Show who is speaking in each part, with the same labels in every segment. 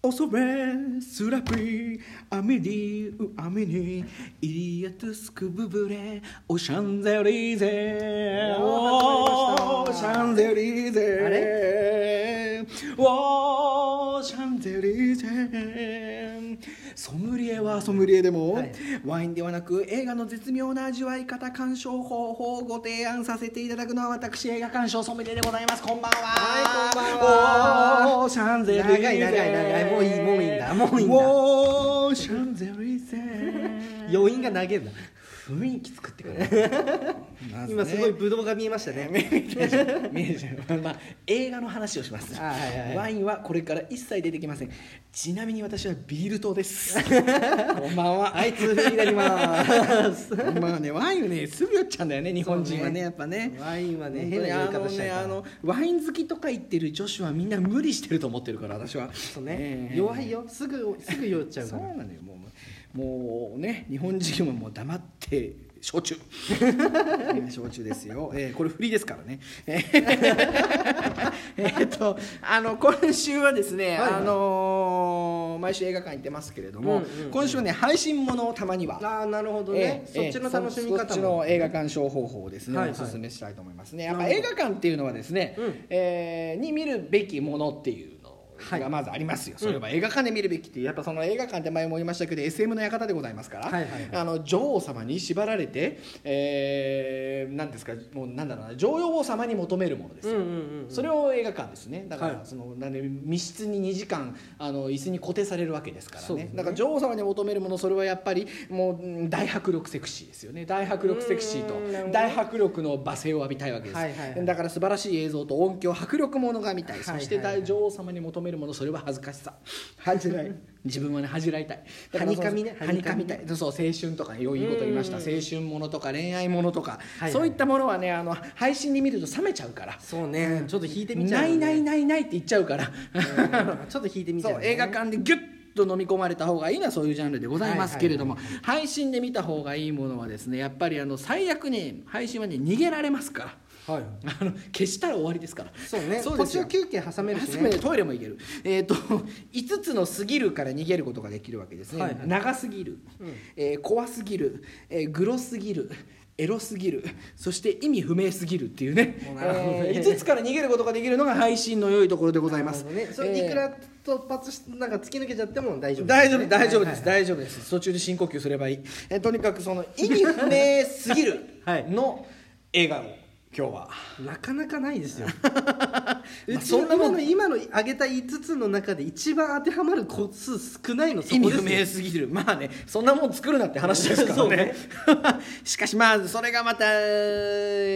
Speaker 1: 恐れスラピー雨に雨にイリアトゥスクブブレオシャンゼリーゼ
Speaker 2: やー
Speaker 1: オ
Speaker 2: 始まりました
Speaker 1: シャンゼリーゼ
Speaker 2: あ
Speaker 1: オシャンゼリーゼソムリエはソムリエでも、
Speaker 2: はい
Speaker 1: ワインではなく映画の絶妙な味わい方鑑賞方法をご提案させていただくのは私映画鑑賞ソムリエでございますこんばんは
Speaker 2: はいこんばんは
Speaker 1: おーシャンゼリーゼ
Speaker 2: 長い長い長いもういいもういいんだもういいんだ
Speaker 1: おーシャンゼリーゼ
Speaker 2: 余韻が投げるな雰囲気作ってくれ、
Speaker 1: まずね
Speaker 2: 今すごいブドウが見えましたね
Speaker 1: 見えるじゃんまあ映画の話をします、
Speaker 2: あはいはい
Speaker 1: ワインはこれから一切出てきませんちなみに私はビール糖です こんばんは
Speaker 2: はい痛風になり ます
Speaker 1: まあねワインねすぐ酔っちゃうんだよね日本人はね
Speaker 2: そうね
Speaker 1: やっぱね
Speaker 2: ワインはね
Speaker 1: 本当
Speaker 2: 変
Speaker 1: に
Speaker 2: な
Speaker 1: あ
Speaker 2: 酔い
Speaker 1: の
Speaker 2: 方しちゃう
Speaker 1: ね
Speaker 2: から
Speaker 1: あのワイン好きとか言ってる女子はみんな無理してると思ってるから私は
Speaker 2: そうね、
Speaker 1: ええ
Speaker 2: 弱いよすぐすぐ酔っちゃう
Speaker 1: そ
Speaker 2: か
Speaker 1: う
Speaker 2: ら
Speaker 1: なのよもうもうね日本人はもう黙って焼酎焼酎ですよ、えーこれフリーですからねえーえーっとあの今週はですね、
Speaker 2: はいはい
Speaker 1: あのー毎週映画館行ってますけれども、
Speaker 2: うんうんうん
Speaker 1: 今週はね配信ものをたまには
Speaker 2: ああなるほどね、
Speaker 1: ええ
Speaker 2: そっちの楽しみ
Speaker 1: そっ
Speaker 2: 方
Speaker 1: ち
Speaker 2: も
Speaker 1: の映画鑑賞方法をですね、
Speaker 2: はいはい
Speaker 1: おすすめしたいと思いますねやっ
Speaker 2: な
Speaker 1: ぱ
Speaker 2: るほ
Speaker 1: 映
Speaker 2: ど
Speaker 1: 画館っていうのはですね、
Speaker 2: うん
Speaker 1: えーに見るべきものっていうのがまずありますよ、それは映画館で見るべきっていうやっぱその映画館って前も言いましたけど SM の館でございますから、
Speaker 2: はいはいはい
Speaker 1: あの女王様に縛られて、えー、なんですかもうなんだろうな女王様に求めるものですよ、
Speaker 2: うんうんうんうん
Speaker 1: それを映画館ですねだから、
Speaker 2: はい
Speaker 1: そのなんで密室に2時間あの椅子に固定されるわけですから
Speaker 2: そう
Speaker 1: ね
Speaker 2: ですね
Speaker 1: だから女王様に求めるものそれはやっぱりもううん大迫力セクシーですよね大迫力セクシーと
Speaker 2: うーんなるほど
Speaker 1: 大迫力の罵声を浴びたいわけです、
Speaker 2: はいはいはい
Speaker 1: だから素晴らしい映像と音響迫力ものが見たい、
Speaker 2: はいはいはい
Speaker 1: そして大女王様に求めるものそれは恥ずかしさ恥じらい自分はね恥じらいたいだから
Speaker 2: はにかみね
Speaker 1: そのはにかみたいそう青春とかねよいいこと言いました
Speaker 2: う
Speaker 1: 青
Speaker 2: ん
Speaker 1: 春ものとか恋愛ものとか、
Speaker 2: はい
Speaker 1: そういったものはねあの配信に見ると冷めちゃうから
Speaker 2: そうねちょっと引いてみちゃ
Speaker 1: な
Speaker 2: うよ
Speaker 1: い
Speaker 2: ね、
Speaker 1: ないないないって言っちゃうから
Speaker 2: うん ちょっと引いてみち ゃう
Speaker 1: そ
Speaker 2: よ
Speaker 1: う
Speaker 2: ね、
Speaker 1: 映画館でギュッと飲み込まれた方がいいのはそういうジャンルでございますけれども、配信で見た方がいいものはですねやっぱりあの最悪ね配信はね逃げられますから
Speaker 2: はい
Speaker 1: あの消したら終わりですから
Speaker 2: そうね
Speaker 1: そうですよ
Speaker 2: 途中休憩挟めるし
Speaker 1: 休
Speaker 2: ね
Speaker 1: めるトイレも行けるえっ、と5 つの過ぎるから逃げることができるわけですね、
Speaker 2: はいはい
Speaker 1: 長すぎる、えー怖すぎる、えーグロすぎるエロすぎるそして意味不明すぎるっていうね
Speaker 2: もうなるほどね
Speaker 1: えー5つから逃げることができるのが配信の良いところでございま
Speaker 2: なる
Speaker 1: す、
Speaker 2: ほどねそれ
Speaker 1: えー
Speaker 2: いくら突発しなんか突き抜けちゃっても大丈夫
Speaker 1: 大丈夫大丈夫です
Speaker 2: はい
Speaker 1: 大丈夫です途中で深呼吸すればいいえとにかくその意味不明すぎる
Speaker 2: はい
Speaker 1: の映画を今日は
Speaker 2: はいなかなかないですよ うち
Speaker 1: そん
Speaker 2: の
Speaker 1: なも
Speaker 2: 今
Speaker 1: ん
Speaker 2: の今の挙げた5つの中で一番当てはまる個数少ないのそこ
Speaker 1: 意味
Speaker 2: ですよ
Speaker 1: 不明すぎるまあねそんなもん作るなって話ですから
Speaker 2: そう
Speaker 1: ね
Speaker 2: ね
Speaker 1: しかしまあそれがまた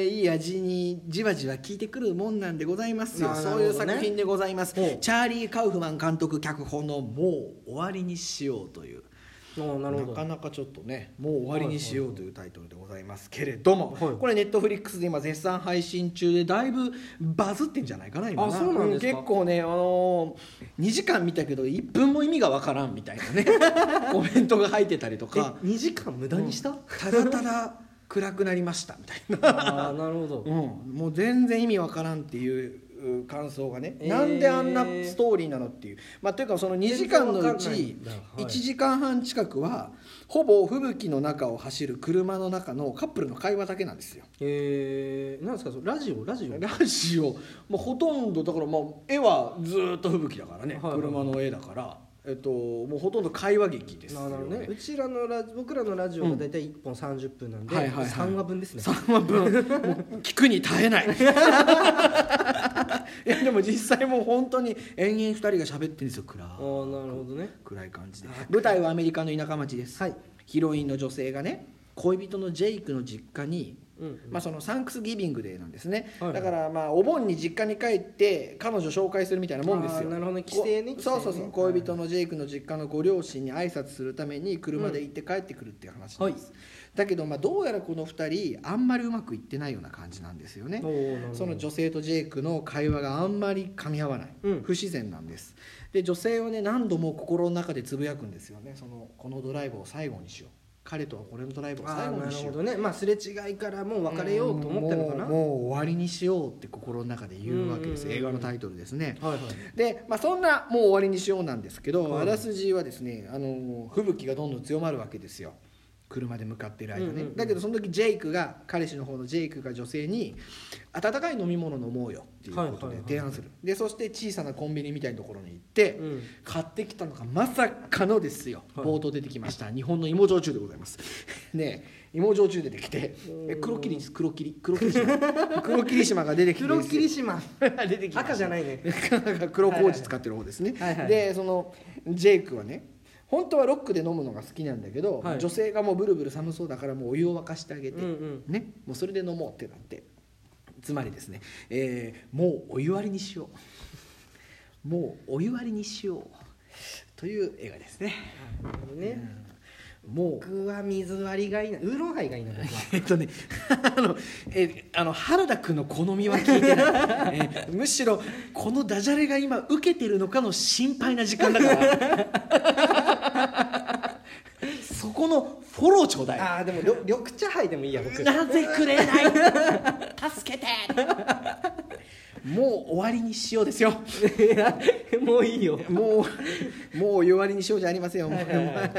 Speaker 1: いい味にじわじわ効いてくるもんなんでございますよ
Speaker 2: あー
Speaker 1: そういう
Speaker 2: なるほどね
Speaker 1: 作品でございます、
Speaker 2: ほう
Speaker 1: チャーリー・カウフマン監督脚本の「もう終わりにしよう」という
Speaker 2: おーなるほど
Speaker 1: なかなかちょっとねもう終わりにしようというタイトルでございますけれども、
Speaker 2: はい
Speaker 1: これネットフリックスで今絶賛配信中でだいぶバズってんじゃないかな今
Speaker 2: あそうなんですか
Speaker 1: 結構ね、あのー、2時間見たけど1分も意味がわからんみたいな ねコメントが入ってたりと
Speaker 2: え
Speaker 1: か
Speaker 2: 2時間無駄にした、
Speaker 1: ただただ暗くなりましたみたいな、
Speaker 2: ああなるほど
Speaker 1: うん、もう全然意味わからんっていう。う感想がね、
Speaker 2: えー
Speaker 1: なんであんなストーリーなのっていう、まあ、というかその2時間のうち
Speaker 2: 全然わかんないんだはい
Speaker 1: 1時間半近くはほぼ吹雪の中を走る車の中のカップルの会話だけなんですよ。
Speaker 2: えー、なんですかそれラジオラジオ
Speaker 1: ラジオ、まあ、ほとんどだから、まあ、絵はずーっと吹雪だからね、
Speaker 2: はいはい
Speaker 1: 車の絵だから、えっと、もうほとんど会話劇です
Speaker 2: な
Speaker 1: よ
Speaker 2: るほどね
Speaker 1: ね。
Speaker 2: うちらのラジ僕らのラジオが大体1本30分なんで、
Speaker 1: はいはいはい
Speaker 2: 3話分ですね
Speaker 1: 3話分もう聞くに耐え ないいやでも実際もう本当に延々2人が喋ってるんですよ暗
Speaker 2: ああなるほどね
Speaker 1: 暗い感じで
Speaker 2: あ
Speaker 1: 舞台はアメリカの田舎町です、
Speaker 2: はい
Speaker 1: ヒロインの女性がね恋人のジェイクの実家に、
Speaker 2: うんうん
Speaker 1: まあ、そのサンクスギビングデーなんですね、
Speaker 2: はい
Speaker 1: だからまあお盆に実家に帰って彼女紹介するみたいなもんです
Speaker 2: あ
Speaker 1: よ
Speaker 2: ーなるほどね帰省ね
Speaker 1: こそうそうそう
Speaker 2: 帰省ね
Speaker 1: 恋人のジェイクの実家のご両親に挨拶するために車で行って帰ってくるっていう話なんです、だけどまあどうやらこの2人あんまりうまくいってないような感じなんですよね
Speaker 2: おーなるほど
Speaker 1: その女性とジェイクの会話があんまり噛み合わない、
Speaker 2: うん
Speaker 1: 不自然なんですで女性はね何度も心の中でつぶやくんですよねそのこのドライブを最後にしよう
Speaker 2: 彼とは俺のドライブを
Speaker 1: あ
Speaker 2: 最
Speaker 1: ー
Speaker 2: 後にし
Speaker 1: なる
Speaker 2: よ
Speaker 1: ほ
Speaker 2: うねまあすれ違いからもう別れようと思ったのか
Speaker 1: も
Speaker 2: な、
Speaker 1: うもう終わりにしようって心の中で言うわけです
Speaker 2: うんうんう
Speaker 1: 映
Speaker 2: ん
Speaker 1: 画のタイトルですね
Speaker 2: はいはい
Speaker 1: で、まあ、そんなもう終わりにしようなんですけど、
Speaker 2: はい
Speaker 1: あらすじはですねあの吹雪がどんどん強まるわけですよ車で向かってる間ね、
Speaker 2: うんうんうん
Speaker 1: だけどその時ジェイクが彼氏の方のジェイクが女性に温かい飲み物飲もうよっていうこと
Speaker 2: はいはい
Speaker 1: で提
Speaker 2: はい
Speaker 1: 案する、でそして小さなコンビニみたいなところに行って、
Speaker 2: うん
Speaker 1: 買ってきたのがまさかのですよ、
Speaker 2: はい
Speaker 1: 冒頭出てきました日本の芋焼酎でございます ねえ芋焼酎出てきてえ黒霧です黒霧黒霧 島黒霧島が出てきて
Speaker 2: 黒霧島
Speaker 1: 出てきました
Speaker 2: 赤じゃないね
Speaker 1: 黒麹使ってる方ですね、
Speaker 2: はいはい
Speaker 1: でそのジェイクはね本当はロックで飲むのが好きなんだけど、
Speaker 2: はい
Speaker 1: 女性がもうブルブル寒そうだからもうお湯を沸かしてあげて、
Speaker 2: うんうん
Speaker 1: ね、もうそれで飲もうってなってつまりですね、えーもうお湯割りにしようもうお湯割りにしようという映画ですね。
Speaker 2: ね
Speaker 1: うんもう
Speaker 2: 僕は水割りがいいなウーロンハイがいいな僕は
Speaker 1: えっとね、 あの、え、あの原田君の好みは聞いて ない。えむしろ、このダジャレが今受けてるのかの心配な時間だから。 そこのフォローちょうだい。
Speaker 2: ああでも緑緑茶杯でもいいや僕
Speaker 1: なぜくれない。助けて。もう終わりにしようですよ。
Speaker 2: もういいよ
Speaker 1: もう、もう弱りにしようじゃありませんよ。
Speaker 2: はいはいはい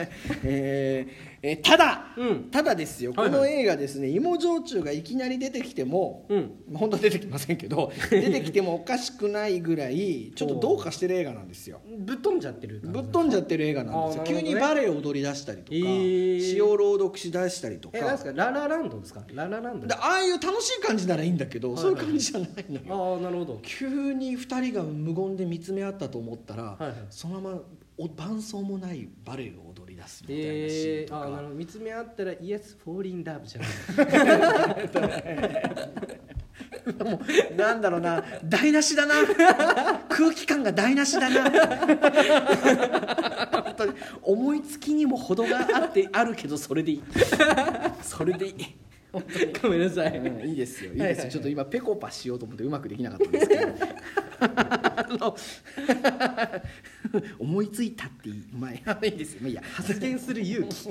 Speaker 1: えーえーただ、
Speaker 2: うん
Speaker 1: ただですよ、
Speaker 2: はいはい
Speaker 1: この映画ですね、芋焼酎がいきなり出てきても、
Speaker 2: うん
Speaker 1: 本当は出てきませんけど、 出てきてもおかしくないぐらい、ちょっとどうかしてる映画なんですよ。
Speaker 2: ぶっ飛んじゃってる
Speaker 1: ぶっ飛んじゃってる映画なんですよ、
Speaker 2: あー
Speaker 1: 急
Speaker 2: なるほどね
Speaker 1: にバレエを踊り出したりとか、
Speaker 2: えー
Speaker 1: 詩を朗読しだしたりとか
Speaker 2: えなんですかララランドですかララランド
Speaker 1: でああいう楽しい感じならいいんだけど、
Speaker 2: はい
Speaker 1: そういう感じじゃないのよ。
Speaker 2: ああなるほど
Speaker 1: 急に2人が無言で見つめ合ったと思ったら、
Speaker 2: はいはい
Speaker 1: そのままお伴奏もないバレエを踊り出すみたいなシーン
Speaker 2: え
Speaker 1: と
Speaker 2: ー、あーな
Speaker 1: か
Speaker 2: る、ほど見つめ合ったらイエス・フォーリン・ラブじゃない
Speaker 1: もうなんだろうな台無しだな空気感が台無しだな本当に思いつきにも程があってあるけどそれでいいそれでいい。
Speaker 2: ごめんなさい、
Speaker 1: うんいいですよ、いいですよ、
Speaker 2: はいはいはい
Speaker 1: ちょっと今ペコパしようと思ってうまくできなかったんですけど。あの思いついたっていい、うまい、いいですよ、まあいいや、
Speaker 2: 発言する勇気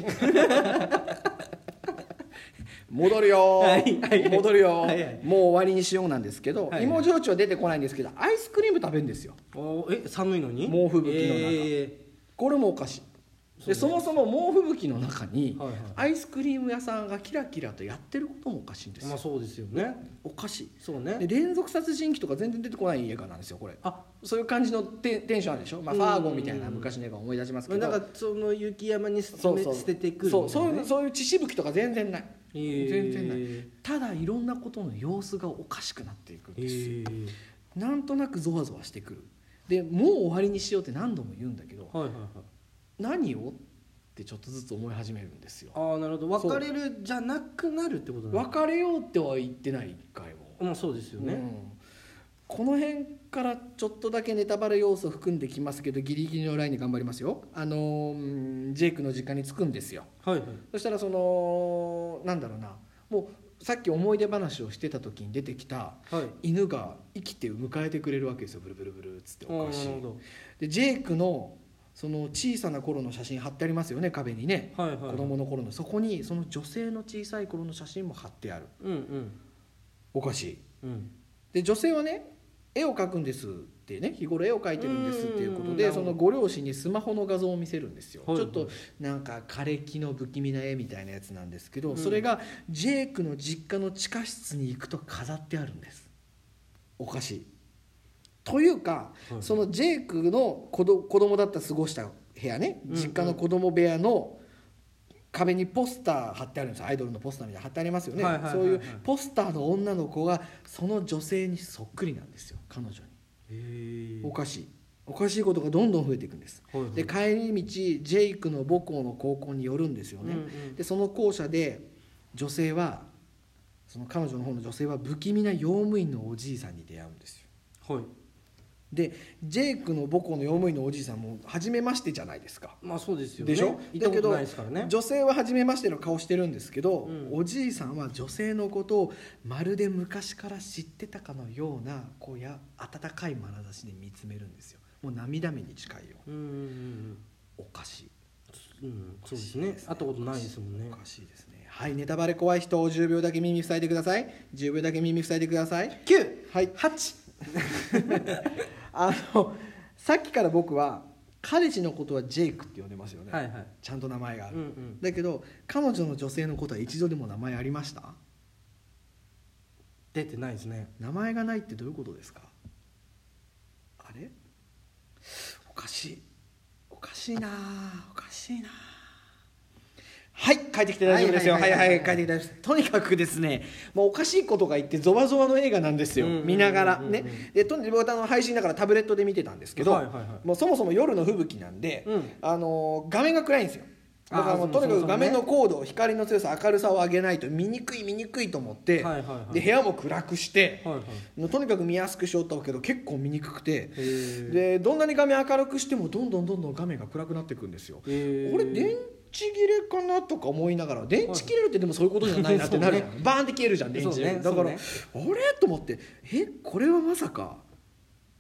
Speaker 1: 戻るよ、
Speaker 2: はいはい
Speaker 1: 戻るよ、
Speaker 2: はいはい
Speaker 1: もう終わりにしようなんですけど、
Speaker 2: はいはい
Speaker 1: 芋焼酎は出てこないんですけど、アイスクリーム食べるんですよ。
Speaker 2: おーえ寒いのに
Speaker 1: 猛吹雪の中
Speaker 2: え
Speaker 1: これもおかしい。でそもそも猛吹雪の中に
Speaker 2: はいはい
Speaker 1: アイスクリーム屋さんがキラキラとやってることもおかしいんです
Speaker 2: ー、まあ
Speaker 1: よ
Speaker 2: そうですよね
Speaker 1: おかしい
Speaker 2: そうね
Speaker 1: で連続殺人鬼とか全然出てこない映画なんですよこれ
Speaker 2: あ
Speaker 1: そういう感じのテテンションあるでしょ、まあ、
Speaker 2: う
Speaker 1: フ
Speaker 2: ん
Speaker 1: ァーゴみたいな昔の映画を思い出しますけど、
Speaker 2: なんかその雪山に捨て
Speaker 1: そうそう
Speaker 2: 捨ててくる
Speaker 1: そうそういう
Speaker 2: う
Speaker 1: そういう血しぶきとか全然ない、
Speaker 2: えー、
Speaker 1: 全然ないただいろんなことの様子がおかしくなっていくん
Speaker 2: え
Speaker 1: ですよ、
Speaker 2: ー、
Speaker 1: なんとなくゾワゾワしてくるでもう終わりにしようって何度も言うんだけど
Speaker 2: はいはいはい
Speaker 1: 何をってちょっとずつ思い始めるんですよ
Speaker 2: ああなるほど別れるじゃなくなるってことだ
Speaker 1: 別れようっては言ってない一回も
Speaker 2: まあそうですよね、
Speaker 1: うんこの辺からちょっとだけネタバレ要素含んできますけどギリギリのラインで頑張りますよあのーうんジェイクの実家に着くんですよ
Speaker 2: はいはい
Speaker 1: そしたらそのなんだろうなもうさっき思い出話をしてた時に出てきた
Speaker 2: はい
Speaker 1: 犬が生きて迎えてくれるわけですよブルブルブルっつっておかしい
Speaker 2: あーなるほ
Speaker 1: でジェイクのその小さな頃の写真貼ってありますよね壁にね、
Speaker 2: どはいはい
Speaker 1: 子供の頃のそこにその女性の小さい頃の写真も貼ってある
Speaker 2: うんうん
Speaker 1: おかしい
Speaker 2: うん
Speaker 1: で女性はね絵を描くんですってね日頃絵を描いてるんですっていうことで
Speaker 2: うん
Speaker 1: そのご両親にスマホの画像を見せるんですよ、
Speaker 2: はい
Speaker 1: ちょっとなんか枯れ木の不気味な絵みたいなやつなんですけど、
Speaker 2: うん
Speaker 1: それがジェイクの実家の地下室に行くと飾ってあるんですおかしいというか、
Speaker 2: はい
Speaker 1: そのジェイクの子ど子供だった過ごした部屋ね
Speaker 2: うんうん
Speaker 1: 実家の子供部屋の壁にポスター貼ってあるんですアイドルのポスターみたいなの貼ってありますよね、
Speaker 2: はいはいはいはい
Speaker 1: そういうポスターの女の子がその女性にそっくりなんですよ彼女に
Speaker 2: へえー、
Speaker 1: おかしいおかしいことがどんどん増えていくんです
Speaker 2: はいはい
Speaker 1: で帰り道ジェイクの母校の高校に寄るんですよね、
Speaker 2: うんうん
Speaker 1: でその校舎で女性はその彼女の方の女性は不気味な用務員のおじいさんに出会うんですよ
Speaker 2: はい
Speaker 1: でジェイクの母校の用務員のおじいさんも初めましてじゃないですか
Speaker 2: まあそうですよね
Speaker 1: でしょ
Speaker 2: 行ったことないですから
Speaker 1: だけ
Speaker 2: ね
Speaker 1: ど女性は初めましての顔してるんですけど、
Speaker 2: うん
Speaker 1: おじいさんは女性のことをまるで昔から知ってたかのようなこうや温かい眼差しで見つめるんですよもう涙目に近いよ
Speaker 2: うんうんうんうん
Speaker 1: おかしい
Speaker 2: あうん、そうですね会ったことないですもんね
Speaker 1: おかしいですねはいネタバレ怖い人10秒だけ耳塞いでください10秒だけ耳塞いでください
Speaker 2: 9
Speaker 1: はい8 あのさっきから僕は彼氏のことはジェイクって呼んでますよね、
Speaker 2: はいはい
Speaker 1: ちゃんと名前がある、
Speaker 2: うんうん
Speaker 1: だけど彼女の女性のことは一度でも名前ありました
Speaker 2: 出てないですね
Speaker 1: 名前がないってどういうことですかあれおかしいおかしいなあおかしいなあはい帰ってきて大丈夫ですよ
Speaker 2: は
Speaker 1: はいい
Speaker 2: はいはい
Speaker 1: はい帰ってきて大丈夫ですとにかくですねもうおかしいことが言ってゾワゾワの映画なんですよ
Speaker 2: うんうんうんうん
Speaker 1: 見ながらねでとにかく僕あの配信だからタブレットで見てたんですけど
Speaker 2: はいはいはい
Speaker 1: もうそもそも夜の吹雪なんで
Speaker 2: うん
Speaker 1: あの画面が暗いんですよだからも
Speaker 2: あ
Speaker 1: う
Speaker 2: ー
Speaker 1: とにかく
Speaker 2: そもそもね
Speaker 1: 画面の高度光の強さ明るさを上げないと見にくい見にくいと思って
Speaker 2: はいはいはい
Speaker 1: で部屋も暗くして、
Speaker 2: はいはい
Speaker 1: もうとにかく見やすくしよったけど結構見にくくて
Speaker 2: へー
Speaker 1: でどんなに画面明るくしてもどんどんどんどん画面が暗くなっていくんですよ。こ
Speaker 2: へー
Speaker 1: れ電池切れかなとか思いながら電池切れるってでもそういうことじゃないなってなるじゃん、
Speaker 2: そう
Speaker 1: バーンって消えるじゃん電
Speaker 2: そ
Speaker 1: 池、
Speaker 2: うね
Speaker 1: だから、あ
Speaker 2: そ
Speaker 1: れと思ってえこれはまさか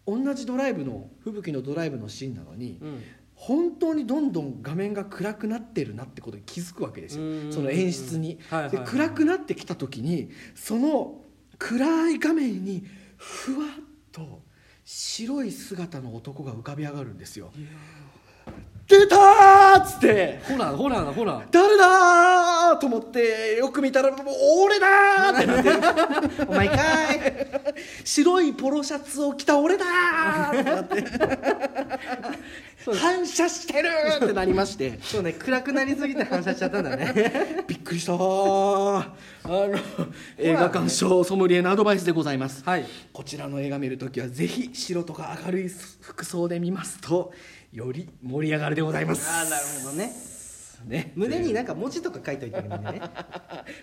Speaker 1: 同じドライブの吹雪のドライブのシーンなのに、
Speaker 2: うん
Speaker 1: 本当にどんどん画面が暗くなってるなってことに気づくわけです
Speaker 2: うんうんう
Speaker 1: よ
Speaker 2: ん
Speaker 1: その演出に、
Speaker 2: はいはい
Speaker 1: で暗くなってきた時にその暗い画面にふわっと白い姿の男が浮かび上がるんですよ出たーっつって
Speaker 2: ホラーホラーだホラ
Speaker 1: 誰だーと思ってよく見たらもう俺だーってなって
Speaker 2: ーお前かーい
Speaker 1: 白いポロシャツを着た俺だーってなって
Speaker 2: そうです
Speaker 1: 反射してるー ってなりまして
Speaker 2: そうね暗くなりすぎて反射しちゃったんだね
Speaker 1: びっくりしたーあの映画鑑賞ソムリエのアドバイスでございます、
Speaker 2: はい
Speaker 1: こちらの映画見るときはぜひ白とか明るい服装で見ますとより盛り上がるでございます
Speaker 2: ああなるほどね
Speaker 1: ね
Speaker 2: 胸になんか文字とか書いといてねみんな ね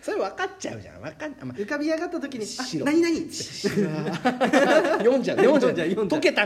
Speaker 1: それ分かっちゃうじゃん分かんあま
Speaker 2: 浮かび上がった時に「あ
Speaker 1: 白
Speaker 2: 何何?」って
Speaker 1: 白 読んじゃう読んじゃう
Speaker 2: 読んじゃう
Speaker 1: 溶けたみたいな